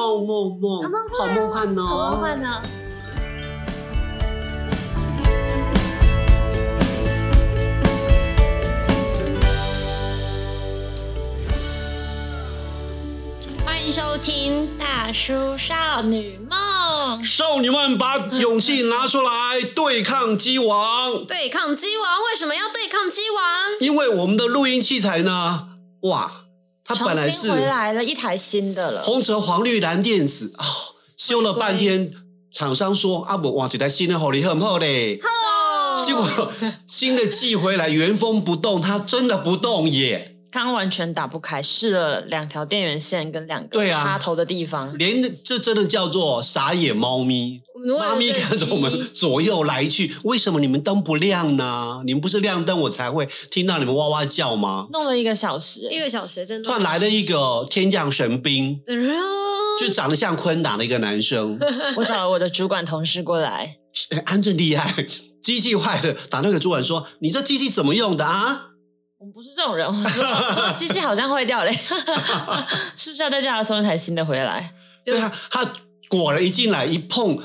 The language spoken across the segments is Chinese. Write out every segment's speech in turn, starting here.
好梦，梦好幻梦幻好梦哦！幻呢。欢迎收听《大叔少女梦》，少女们把勇气拿出来，对抗鸡王。对抗鸡王为什么要对抗鸡王？因为我们的录音器材呢，哇，它本来重是新回来了一台新的了，红橙黄绿蓝靛紫啊、修了半天，厂商说啊，我哇，这台新的好你很好嘞。哦，结果新的寄回来原封不动，它真的不动耶，刚完全打不开，试了两条电源线跟两个对啊插头的地方，连这真的叫做傻眼猫咪。如果有妈咪这看着集我们左右来去，为什么你们灯不亮呢？你们不是亮灯我才会听到你们哇哇叫吗？弄了一个小时。一个小时，真的突然来了一个天降神嗯兵，就就长得像昆达的一个男 生，我找了我的主管同事过来，哎安正厉害，机器坏了，打那个主管说：“你这机器怎么用的啊我们不是这种人，我说我说机器好像坏掉嘞，是不是要再叫他送一台新的回来？？”就对啊，他果然一进来一碰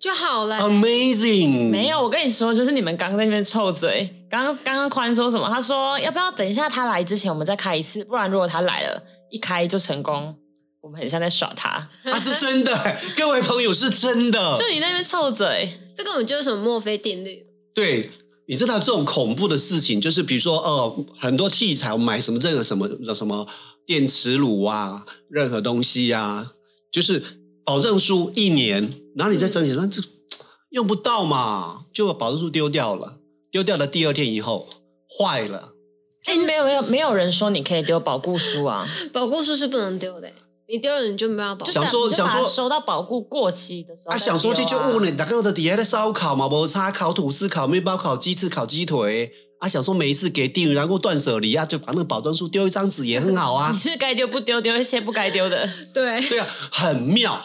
就好嗯了。 ，amazing，哎没有，我跟你说，就是你们刚在那边臭嘴，刚刚刚刚宽说什么？他说要不要等一下他来之前我们再开一次，不然如果他来了一开就成功，我们很像在耍他。啊，是真 的、各位朋友是真的就，你那边臭嘴，这根本就是什么墨菲定律。对。你知道这种恐怖的事情，就是比如说，呃，很多器材，我们买什么任何什么什么电磁炉啊，任何东西呀、啊，就是保证书一年，然后你再整理，那这用不到嘛，就把保证书丢掉了。丢掉了第二天以后坏了，哎、没有没有没有人说你可以丢保固书啊，保护书是不能丢的、你丢了你就没办法保护。想说你就把它想说收到保固过期的时候啊，再丢想啊，说这就误了，大概的底下在烧烤嘛，摩擦烤吐司、烤面包、烤鸡翅、烤鸡腿啊，想说每一次给定，然后断舍离啊，就把那个保证书丢一张纸也很好啊你。是该丢不丢，丢一些不该丢的。对，对啊，很妙，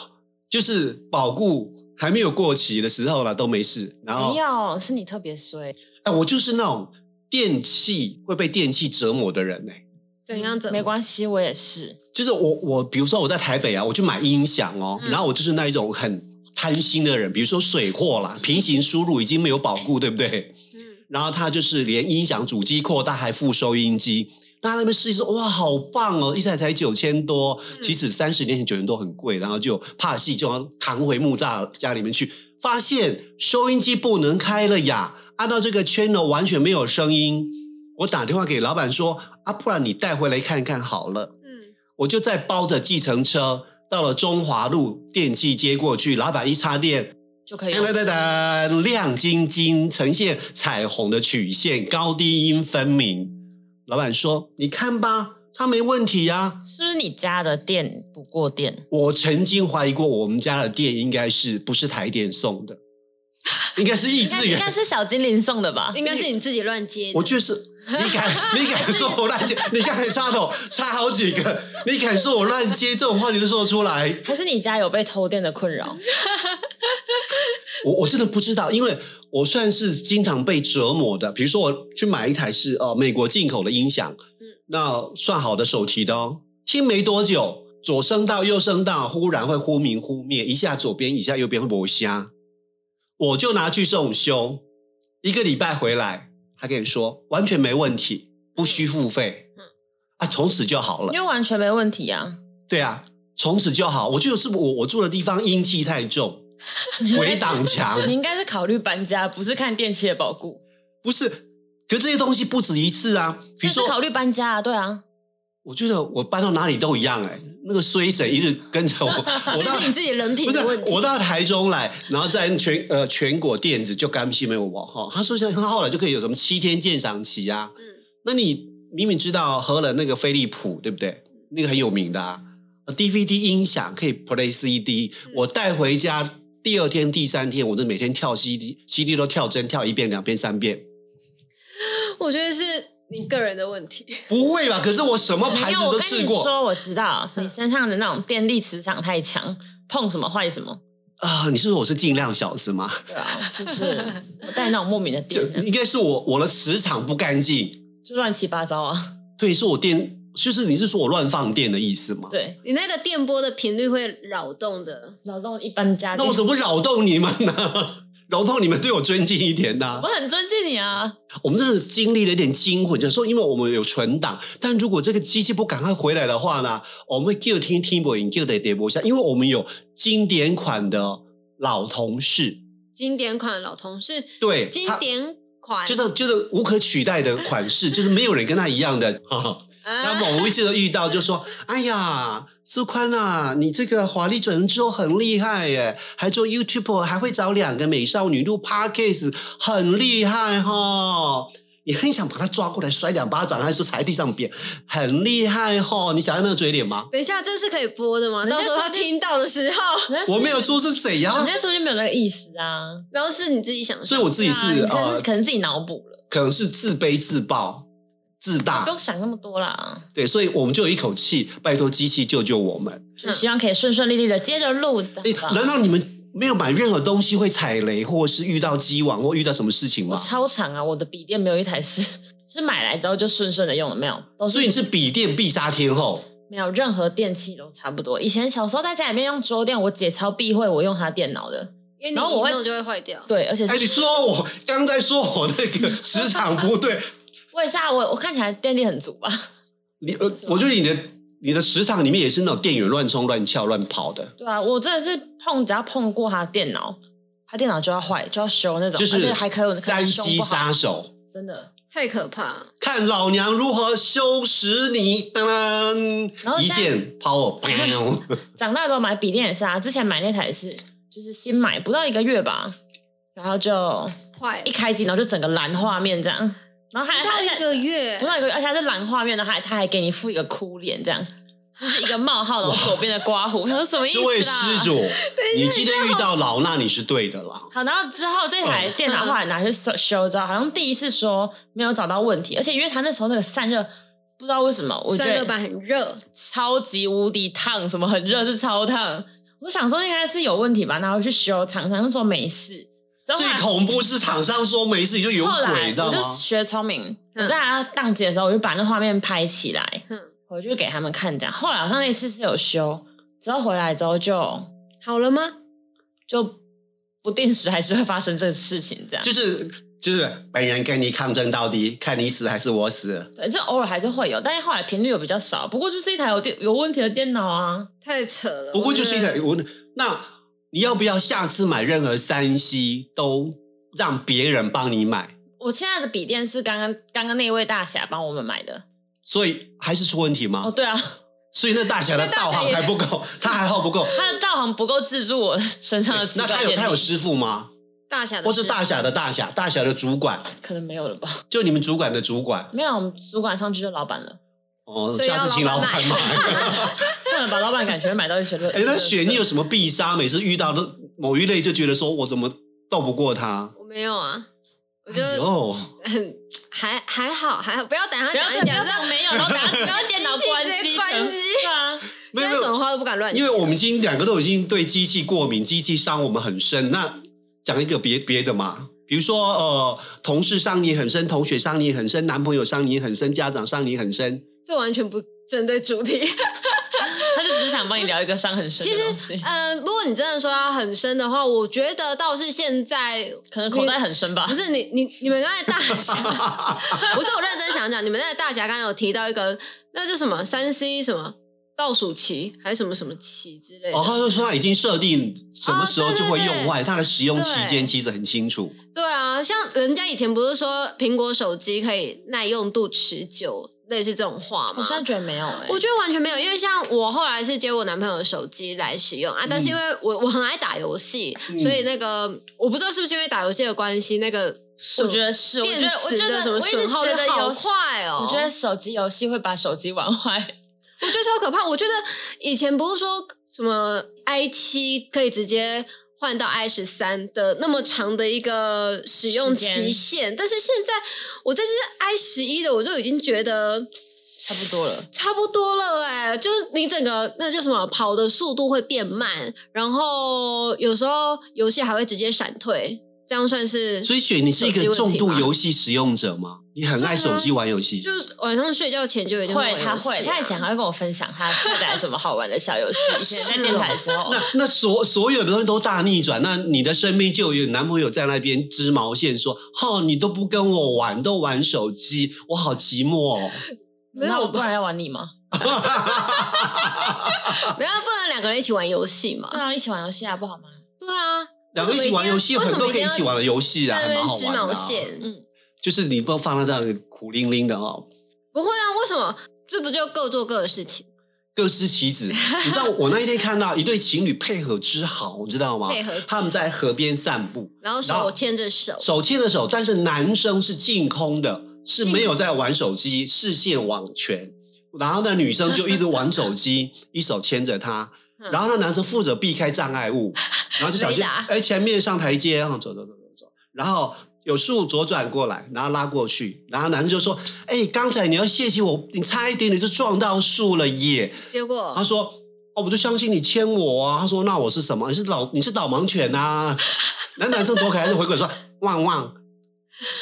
就是保固还没有过期的时候啦，都没事。 然后没，有，是你特别衰，哎，我就是那种电器会被电器折磨的人呢、怎样怎没么关系，我也是。就是我我比如说我在台北啊，我去买音响哦，嗯然后我就是那一种很贪心的人，比如说水货啦，平行输入已经没有保固，对不对？嗯然后他就是连音响主机扩大还附收音机。那他那边试一试，哇，好棒哦！一台才九千多，嗯其实三十年前九千多很贵，然后就怕戏就要扛回木栅家里面去，发现收音机不能开了呀，按照这个 channel 完全没有声音。我打电话给老板说啊，不然你带回来看看好了。嗯，我就再包着计程车到了中华路电器街过去，老板一插电，就可以噔用噔噔噔，亮晶晶，呈现彩虹的曲线，高低音分明。老板说：“你看吧，它没问题呀、是不是你家的电不过电？我曾经怀疑过，我们家的电应该是不是台电送的，应该是异应该次应元。该是小精灵送的吧？应该是你自己乱接的我。就是你 敢，你敢说我乱接？你刚才插头插好几个，你敢说我乱接这种话，你都说得出来？还是你家有被偷电的困扰？我我真的不知道，因为我算是经常被折磨的。比如说，我去买一台是呃美国进口的音响，嗯那算好的手提的哦，听没多久，左声道右声道忽然会忽明忽灭，一下左边一下右边会磨瞎，我就拿去送修，一个礼拜回来，他跟你说完全没问题，不需付费，嗯啊，从此就好了因。为完全没问题啊，对啊，从此就好。我就是我我住的地方阴气太重， 鬼挡啊墙。你应该是考虑搬家，不是看电器的保固。不是，可这些东西不止一次啊。比但如是考说，虑搬家啊，对啊，我觉得我搬到哪里都一样哎、那个衰神一直跟着我，我所以到是你自己人品不是的问题。我到台中来，然后在全呃全国电子就甘心没有我哈。他说像他后来就可以有什么七天鉴赏期啊，嗯，那你明明知道荷兰那个飞利浦对不对？那个很有名的啊呃，DVD 音响可以 play CD，、我嗯带回家第二天、第三天，我就每天跳 CD，CD 都跳针跳一遍、两遍、三遍。我觉得是你个人的问题。 不会吧？可是我什么没牌子有，我都跟试你过说，我知道你身上的那种电力磁场太强，碰什么坏什么。啊、你是说我是尽量小是 吗？对啊，就是我带那种莫名的就电，应该是我我的磁场不干净，就乱七八糟啊。对，是我电就是你是说我乱放电的意思吗？对，你那个电波的频率会扰动着，劳动一般家那庭，我怎么扰动你们呢、 扰动你们对我尊敬一点 呐、我很尊敬你啊！我们真的经历了一点惊魂，就是说，因为我们有存档，但如果这个机器不赶快回来的话呢，我们会叫听听不赢，叫得得不下，因为我们有经典款的老同事，经典款的老同事，对，经他典款就是就是无可取代的款式，就是没有人跟他一样的。啊那某一次的遇到就说：“哎呀，苏宽啊，你这个华丽转身之后很厉害耶，还做 YouTube，还会找两个美少女录 Podcast，很厉害哈、你很想把他抓过来摔两巴掌，还是踩地上扁，很厉害哈、你想要那个嘴脸吗？等一下，这是可以播的吗？人家到时候他说不定听到的时候，人家我没有说是谁呀、人家说就没有那个意思啊，然后是你自己想所象以我自己是对啊可呃能，可能自己脑补了，可能是自卑、自暴、自不大用，想那么多啦，对，所以我们就有一口气，拜托机器救救我们。就希望可以顺顺利利的接着录的诶吧。哎难道你们没有买任何东西会踩雷，或是遇到鸡网，或遇到什么事情我吗？超长啊，我的笔电没有一台是是买来之后就顺顺的用了，没有，都所以是你是笔电必杀天后，没有任何电器都差不多。以前小时候在家里面用桌垫，我姐超避讳我用她电脑的，因为你然后我一会弄就会坏掉。对，而且哎、你是说我刚才说我那个磁场不 对，我也是啊，我我看起来电力很足吧？ 你呃，我觉得你的你的磁场里面也是那种电源乱冲、乱翘、乱跑的，对啊，我真的是碰，只要碰过她电脑，她电脑就要坏，就要修那种，就啊而是且还可能可能三凶西不好，杀手，真的。太可怕了！看老娘如何收拾你！当当，然后一现在键 power，砰 长大之后买笔电也是啊，之前买那台是就是新买不到一个月吧，然后就坏一开机然后就整个蓝画面这样，然后还到还一个月不，到一个月，而且它是蓝画面的，还他还给你附一个哭脸这样。就是一个冒号，然后左边的刮胡，他说什么意思啊这啦？位施 主，你今天遇到老衲，你是对的啦。好，然后之后这嗯台电脑后来拿去修修之后，好像第一次说没有找到问题，而且因为他那时候那个散热，不知道为什么，我觉散热得板很热，超级无敌烫，什么很热是超烫，我想说应该是有问题吧，然后去修，厂商就说没事。之后后最来恐怖是厂商说没事，你就有后鬼，来你知道我吗就？学聪明，嗯我在他宕机的时候，我就把那画面拍起来，嗯，我就给他们看这样。后来好像那次是有修，之后回来之后就好了吗？就不定时还是会发生这个事情这样。就是就是，本人跟你抗争到底，看你死还是我死。对，就偶尔还是会有，但是后来频率有比较少。不过就是一台有电有问题的电脑啊，太扯了。不过就是一我觉个得我，那你要不要下次买任何三 C 都让别人帮你买？我现在的笔电是刚刚刚刚那位大侠帮我们买的。所以还是出问题吗？哦，对啊，所以那大侠的道行还不够， 他还好不够。他的道行不够制住我身上的那几他个有电他有力，师傅吗？大侠的或是事大侠的大侠，大侠的主管，可能没有了吧？就你们主管的主管没有，我们主管上去就老板了。哦，所以要下次请老老板板买。算了吧，老板感觉买到一些乐。 哎，那雪乐妮色有什么必杀？每次遇到都某一类就觉得说我怎么斗不过他？我没有啊，我觉得哦，很还还好，还好，不要等他不要讲一讲，不讲，要这样讲没有，然后 打，然后电脑关机器直机，接关机对啊，没有现没在什有么，话都不敢乱讲。因为我们今天两个都已经对机器过敏，机器伤我们很深。那讲一个别别的嘛，比如说呃，同事伤你很深，同学伤你很深，男朋友伤你很深，家长伤你很深。这完全不针对主 题。他就只想帮你聊一个伤很深其的东实西，，呃，如果你真的说要很深的话，我觉得倒是现在可能口袋很深吧不。是你你你们刚才大侠，不是我认真想讲，你们那个大侠刚才有提到一个，那是什么三 C 什么倒数期还是什么什么期之类的，哦，他就说他已经设定什么时候哦对就对会用对坏，它的使用期间对其实很清楚。对啊，像人家以前不是说苹果手机可以耐用度持久，类似这种话我吗？现在觉得没有哎，我觉得完全没有，因为像我后来是接我男朋友的手机来使用啊，但是因为我我很爱打游戏，所以那个我不知道是不是因为打游戏的关系，那个我觉得是，我觉电得我池觉的得什么我一直损耗率觉得好游戏快哦，我觉得手机游戏会把手机玩坏，我觉得超可怕。我觉得以前不是说什么 i 七可以直接换到 i 十三的那么长的一个使用期限，但是现在我这只 i 十一的，我就已经觉得差不多了。差不多了哎、就是你整个那叫什么跑的速度会变慢，然后有时候游戏还会直接闪退。这样算是所以雪，你是一个重度手机问题吗游戏使用者吗？你很爱手机玩游戏，就是晚上睡觉前就已经会，他会，他以前还会跟我分享他下载什么好玩的小游戏。以前在电台的时候，那那所所有的东西都大逆转，那你的生命就有男朋友在那边织毛线说：“哦，你都不跟我玩，都玩手机，我好寂寞、哦。没那我有不吧？然要玩你吗？然后不能两个人一起玩游戏嘛？那一起玩游戏啊，不好吗？对啊，”两个一起玩游戏，有为什很么多可以一定要起玩的游戏啊，在那还蛮边好织玩的、毛啊。线，嗯就是你不要放在那里苦伶仃的哦，不会啊？为什么？这不就各做各的事情，各司其职。你知道我那一天看到一对情侣配合之好，你知道吗配合之好？他们在河边散步，然后然手后牵着手，手牵着手，但是男生是净空的，是没有在玩手机，视线往前。然后呢，女生就一直玩手 机，一手牵着他，嗯然后呢，男生负责避开障碍 物，然后就小心雷达，哎，前面上台阶，哦走走走走走，然后有树左转过来，然后拉过去，然后男生就说，哎，刚才你要谢谢我，你差一点你就撞到树了耶。结他果说，哦，我就相信你牵我啊。他说，那我是什么？你是导你是导盲犬啊。那男生多可爱，就回过来说，汪汪。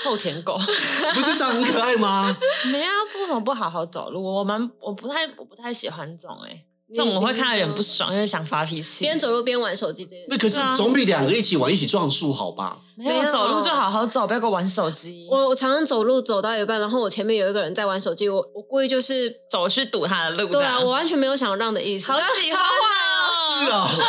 臭舔狗，不是这样很可爱吗？没啊，为什么不好好走路？我蛮我不太我不太喜欢这种哎、你这种我会看到有点不爽，因为想发脾气。边走路边玩手机这件那事。可是总比两个一起玩、一起撞树好吧？没没有啊有走路就好好走，不要给我玩手机。我我常常走路走到一半，然后我前面有一个人在玩手机，我我故意就是走去堵他的路。对这啊，样我完全没有想要让的意思， 好但是喜超欢坏哦哦。是啊，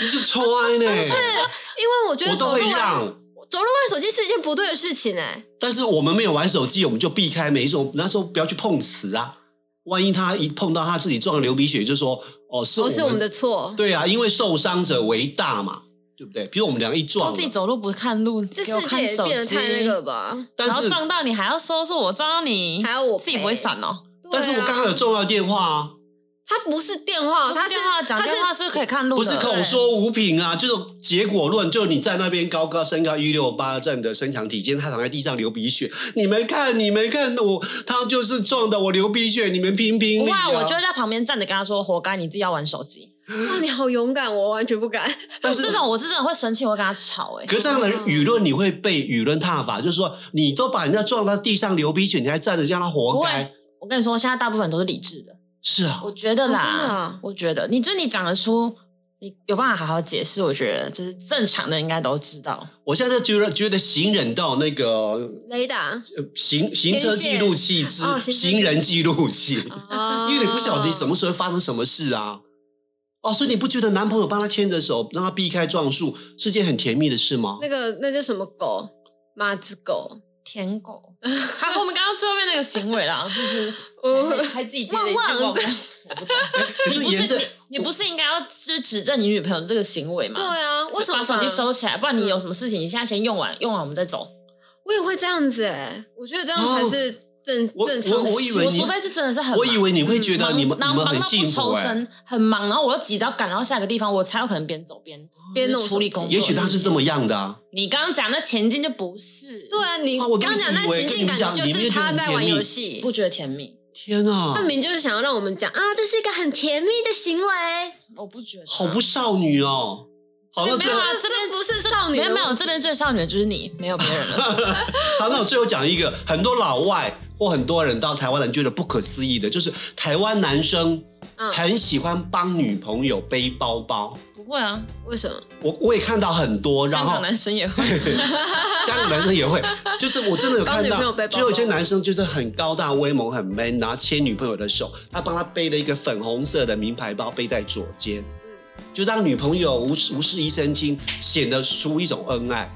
你是臭爱呢？因为我觉得我都走会路啊一玩样。走路玩手机是一件不对的事情哎、但是我们没有玩手机，我们就避开每一种。那时候不要去碰瓷啊，万一他一碰到他自己撞了流鼻血，就说哦是不、我是们我们的错，对啊，因为受伤者为大嘛，对不对？比如我们两个一撞他了哦自己走路不看路，这给我世界看也手变得机太那个了吧？但然后是撞到你还要说是我撞到你，还有我自己不会闪哦。但是我刚对啊好有重要电话啊，他不是电话，他是电话讲他是电话是可以看路不的，是口说无凭啊，就是结果论，就你在那边高高身高一六八站的身强体健，他躺在地上流鼻血，你没看，你没看我，他就是撞的我流鼻血，你们评评不理、会啊，啊。我就会在旁边站着跟他说：“活该，你自己要玩手机。哇，啊你好勇敢，我完全不敢。”但是这种我是真的会生气，我会跟他吵、欸。可是这样的舆论，你会被舆论踏伐，就是说你都把人家撞到地上流鼻血，你还站着让他不活该会。我跟你说，现在大部分都是理智的，是啊，我觉得啦，哦真的啊我觉得你就你讲得出，你有办法好好解释，我觉得就是正常的应该都知道。我现在就觉得觉得行人到那个雷达呃行行车记录器之哦行车行人记录器，啊因为你不晓得你什么时候会发生什么事啊。哦，所以你不觉得男朋友帮他牵着手，让他避开撞树，是件很甜蜜的事吗？那个那叫什么狗，马子狗，舔 狗，还有啊我们刚刚最后面那个行为啦，就是我还还自己接了一旺句旺旺旺， 我不懂可你是不沿是着你，你不是应该要就是指正你女朋友这个行为吗？对，啊，为什么把手反机而？收起来，不然你有什么事情，你现在先用完，用完我们再走。我也会这样子哎、我觉得这样才是正、哦我正常的我以为我你除非是真的是很忙，我以为你会觉得忙你们、忙你们忙很到幸不福抽哎、身，很忙，然后我又急着要赶到下一个地方，我才有可能边走边边弄就是处理工手作。机也许他是这么样的啊。你刚刚讲那前进就不是，对，啊，你啊我刚就是讲那以为情跟境你感觉讲就里面是就他很在甜玩游蜜戏，不觉得甜蜜？天啊他，明就是想要让我们讲啊，这是一个很甜蜜的行为，我不觉得啊，好不少女哦。好，那没最有后啊，这边不是少女的没哦有没有，这边最少女的就是你，没有别人 了。好，那我最后讲一个，很多老外或很多人到台湾人觉得不可思议的，就是台湾男生嗯很喜欢帮女朋友背包包。不会啊，为什么？我我也看到很多，然香后港男生也会。香港男生也会，就是我真的有看帮女朋到，友背包包就有一些男生就是很高大威猛、很 man，然后牵女朋友的手，他帮她背了一个粉红色的名牌包，背在左肩，就让女朋友无事无事一身轻，显得出一种恩爱。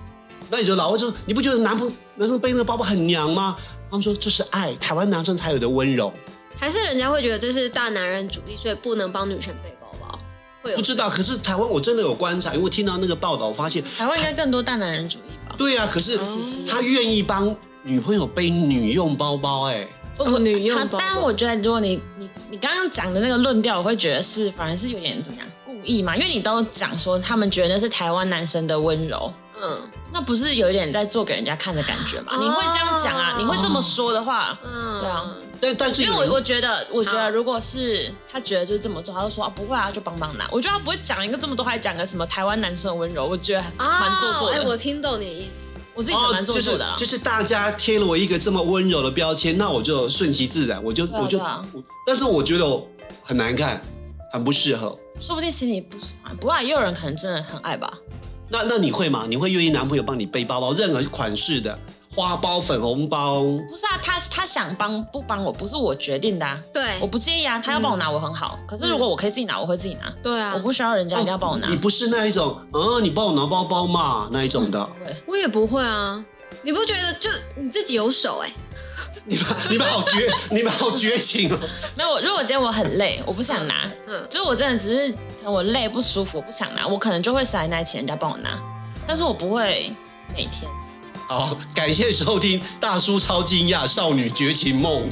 那你说老外就说你不觉得男朋男生背那个包包很娘吗？他们说这是爱，台湾男生才有的温柔。还是人家会觉得这是大男人主义，所以不能帮女生背包包，会有不知道，可是台湾我真的有观察，因为听到那个报道，我发现台湾应该更多大男人主义吧？对啊，可是嘻嘻他愿意帮女朋友背女用包包、哎。哦女用他包包但我觉得，如果你你你刚刚讲的那个论调，我会觉得是反而是有点怎么样故意嘛？因为你都讲说他们觉得那是台湾男生的温柔，嗯，那不是有一点在做给人家看的感觉吗？哦你会这样讲啊？你会这么说的话，嗯，对啊，但但是因为有人我我觉得，我觉好得如果是他觉得就这么做，他就说啊不会啊，就帮帮拿。我觉得他不会讲一个这么多，还讲个什么台湾男生的温柔，我觉得啊，蛮做作哎、的。哦我听懂你的意思，我自己觉得蛮做作的啦。啊就是就是大家贴了我一个这么温柔的标签，那我就顺其自然，我就、啊我就对啊我但是我觉得我很难看，很不适合。说不定心里不喜欢，不过也有人可能真的很爱吧。那那你会吗？你会愿意男朋友帮你背包包，任何款式的花包、粉红包？不是啊，他他想帮不帮我，不是我决定的啊。对我不介意啊，他要帮我拿我很好。可是如果我可以自己拿，我会自己拿，嗯对啊我，不需要人家一定要帮我拿你。不是那一种，嗯，你帮我拿包包嘛那一种 的。我也不会啊，你不觉得就你自己有手哎、你们你们好绝，你们好绝情哦！没有，我如果今天我很累，我不想拿，嗯就是我真的只是可能我累不舒服，我不想拿，我可能就会塞那钱人家帮我拿，但是我不会每天。好，感谢收听大叔超惊讶少女绝情梦。